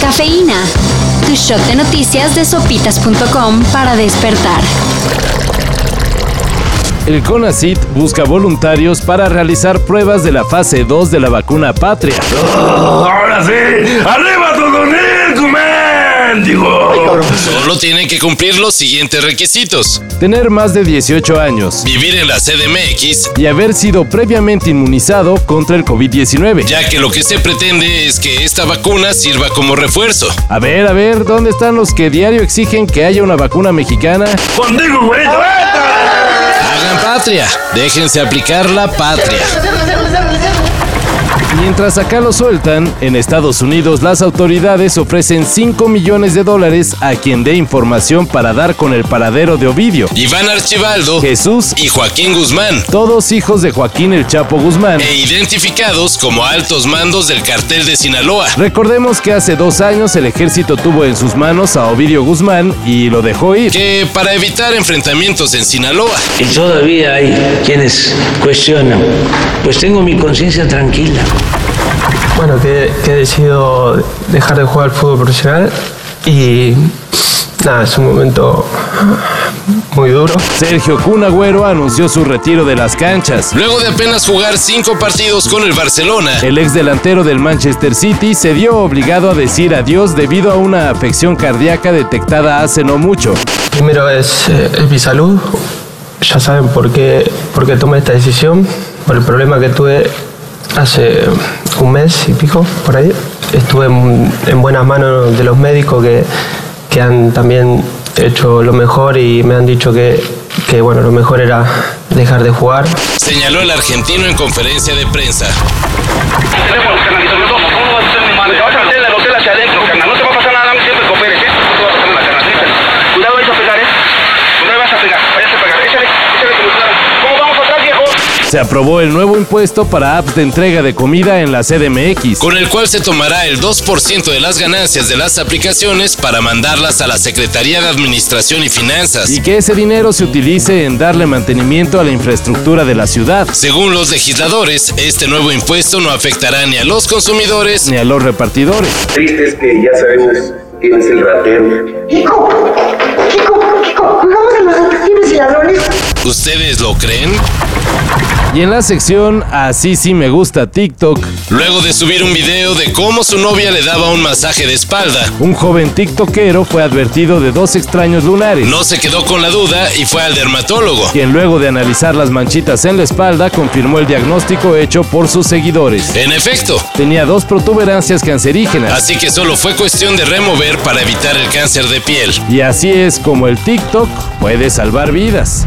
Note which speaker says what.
Speaker 1: Cafeína. Tu shot de noticias de sopitas.com para despertar.
Speaker 2: El CONACIT busca voluntarios para realizar pruebas de la fase 2 de la vacuna patria.
Speaker 3: Oh, ¡Ahora sí! ¡Arriba Totonic, Digo.
Speaker 4: Solo tienen que cumplir los siguientes requisitos.
Speaker 2: Tener más de 18 años
Speaker 4: Vivir en la CDMX,
Speaker 2: y haber sido previamente inmunizado contra el COVID-19.
Speaker 4: ya que lo que se pretende es que esta vacuna sirva como refuerzo.
Speaker 2: A ver, a ver, ¿dónde están los que diario exigen que haya una vacuna mexicana?
Speaker 3: ¡Contigo, güerito!
Speaker 4: Hagan patria, déjense aplicar la patria.
Speaker 2: Mientras acá lo sueltan, en Estados Unidos las autoridades ofrecen 5 millones de dólares a quien dé información para dar con el paradero de Ovidio,
Speaker 4: Iván Archibaldo
Speaker 2: Jesús y
Speaker 4: y Joaquín Guzmán,
Speaker 2: todos hijos de Joaquín el Chapo Guzmán.
Speaker 4: e identificados como altos mandos del cartel de Sinaloa.
Speaker 2: Recordemos que hace dos años el ejército tuvo en sus manos a Ovidio Guzmán y lo dejó ir.
Speaker 4: Que para evitar enfrentamientos en Sinaloa,
Speaker 5: Y todavía hay quienes cuestionan. Pues tengo mi conciencia tranquila.
Speaker 6: Bueno, que, que he decidido dejar de jugar fútbol profesional y nada, es un momento muy duro.
Speaker 2: Sergio Cunagüero anunció su retiro de las canchas.
Speaker 4: luego de apenas jugar cinco partidos con el Barcelona,
Speaker 2: El ex delantero del Manchester City se vio obligado a decir adiós debido a una afección cardíaca detectada hace no mucho.
Speaker 6: Primero es, eh, es mi salud, ya saben por qué, por qué tomé esta decisión, por el problema que tuve hace un mes y pico, por ahí. Estuve en, en buenas manos de los médicos que, que han también hecho lo mejor y me han dicho que, que bueno, lo mejor era dejar de jugar.
Speaker 4: señaló el argentino en conferencia de prensa.
Speaker 7: teléfono, carnal, y sobre todo, por favor, no vas a hacer ni madre. Te vas a meter en el hotel hacia adentro, carnal. No te va a pasar nada, dame siempre que operes, ¿eh? No te va a pasar nada, carnal. Tranquila. Cuidado, vais a pegar, ¿eh? Cuidado, vas a pegar. Vayas a pegar. ¿eh? Échale, échale como puedas. ¿Cómo vamos atrás, viejo?
Speaker 2: Se aprobó el nuevo impuesto para apps de entrega de comida en la CDMX.
Speaker 4: con el cual se tomará el 2% de las ganancias de las aplicaciones para mandarlas a la Secretaría de Administración y Finanzas,
Speaker 2: Y que ese dinero se utilice en darle mantenimiento a la infraestructura de la ciudad,
Speaker 4: según los legisladores, este nuevo impuesto no afectará ni a los consumidores
Speaker 2: ni a los repartidores.
Speaker 8: triste es que ya sabemos quién es el ratero.
Speaker 9: Kiko, Kiko, Kiko, jugamos a los detectives y ladrones.
Speaker 4: ¿Ustedes lo creen?
Speaker 2: Y en la sección Así sí me gusta TikTok,
Speaker 4: Luego de subir un video de cómo su novia le daba un masaje de espalda,
Speaker 2: un joven tiktokero fue advertido de dos extraños lunares,
Speaker 4: no se quedó con la duda y fue al dermatólogo.
Speaker 2: quien luego de analizar las manchitas en la espalda confirmó el diagnóstico hecho por sus seguidores.
Speaker 4: En efecto,
Speaker 2: Tenía dos protuberancias cancerígenas.
Speaker 4: así que solo fue cuestión de remover para evitar el cáncer de piel.
Speaker 2: Y así es como el TikTok puede salvar vidas.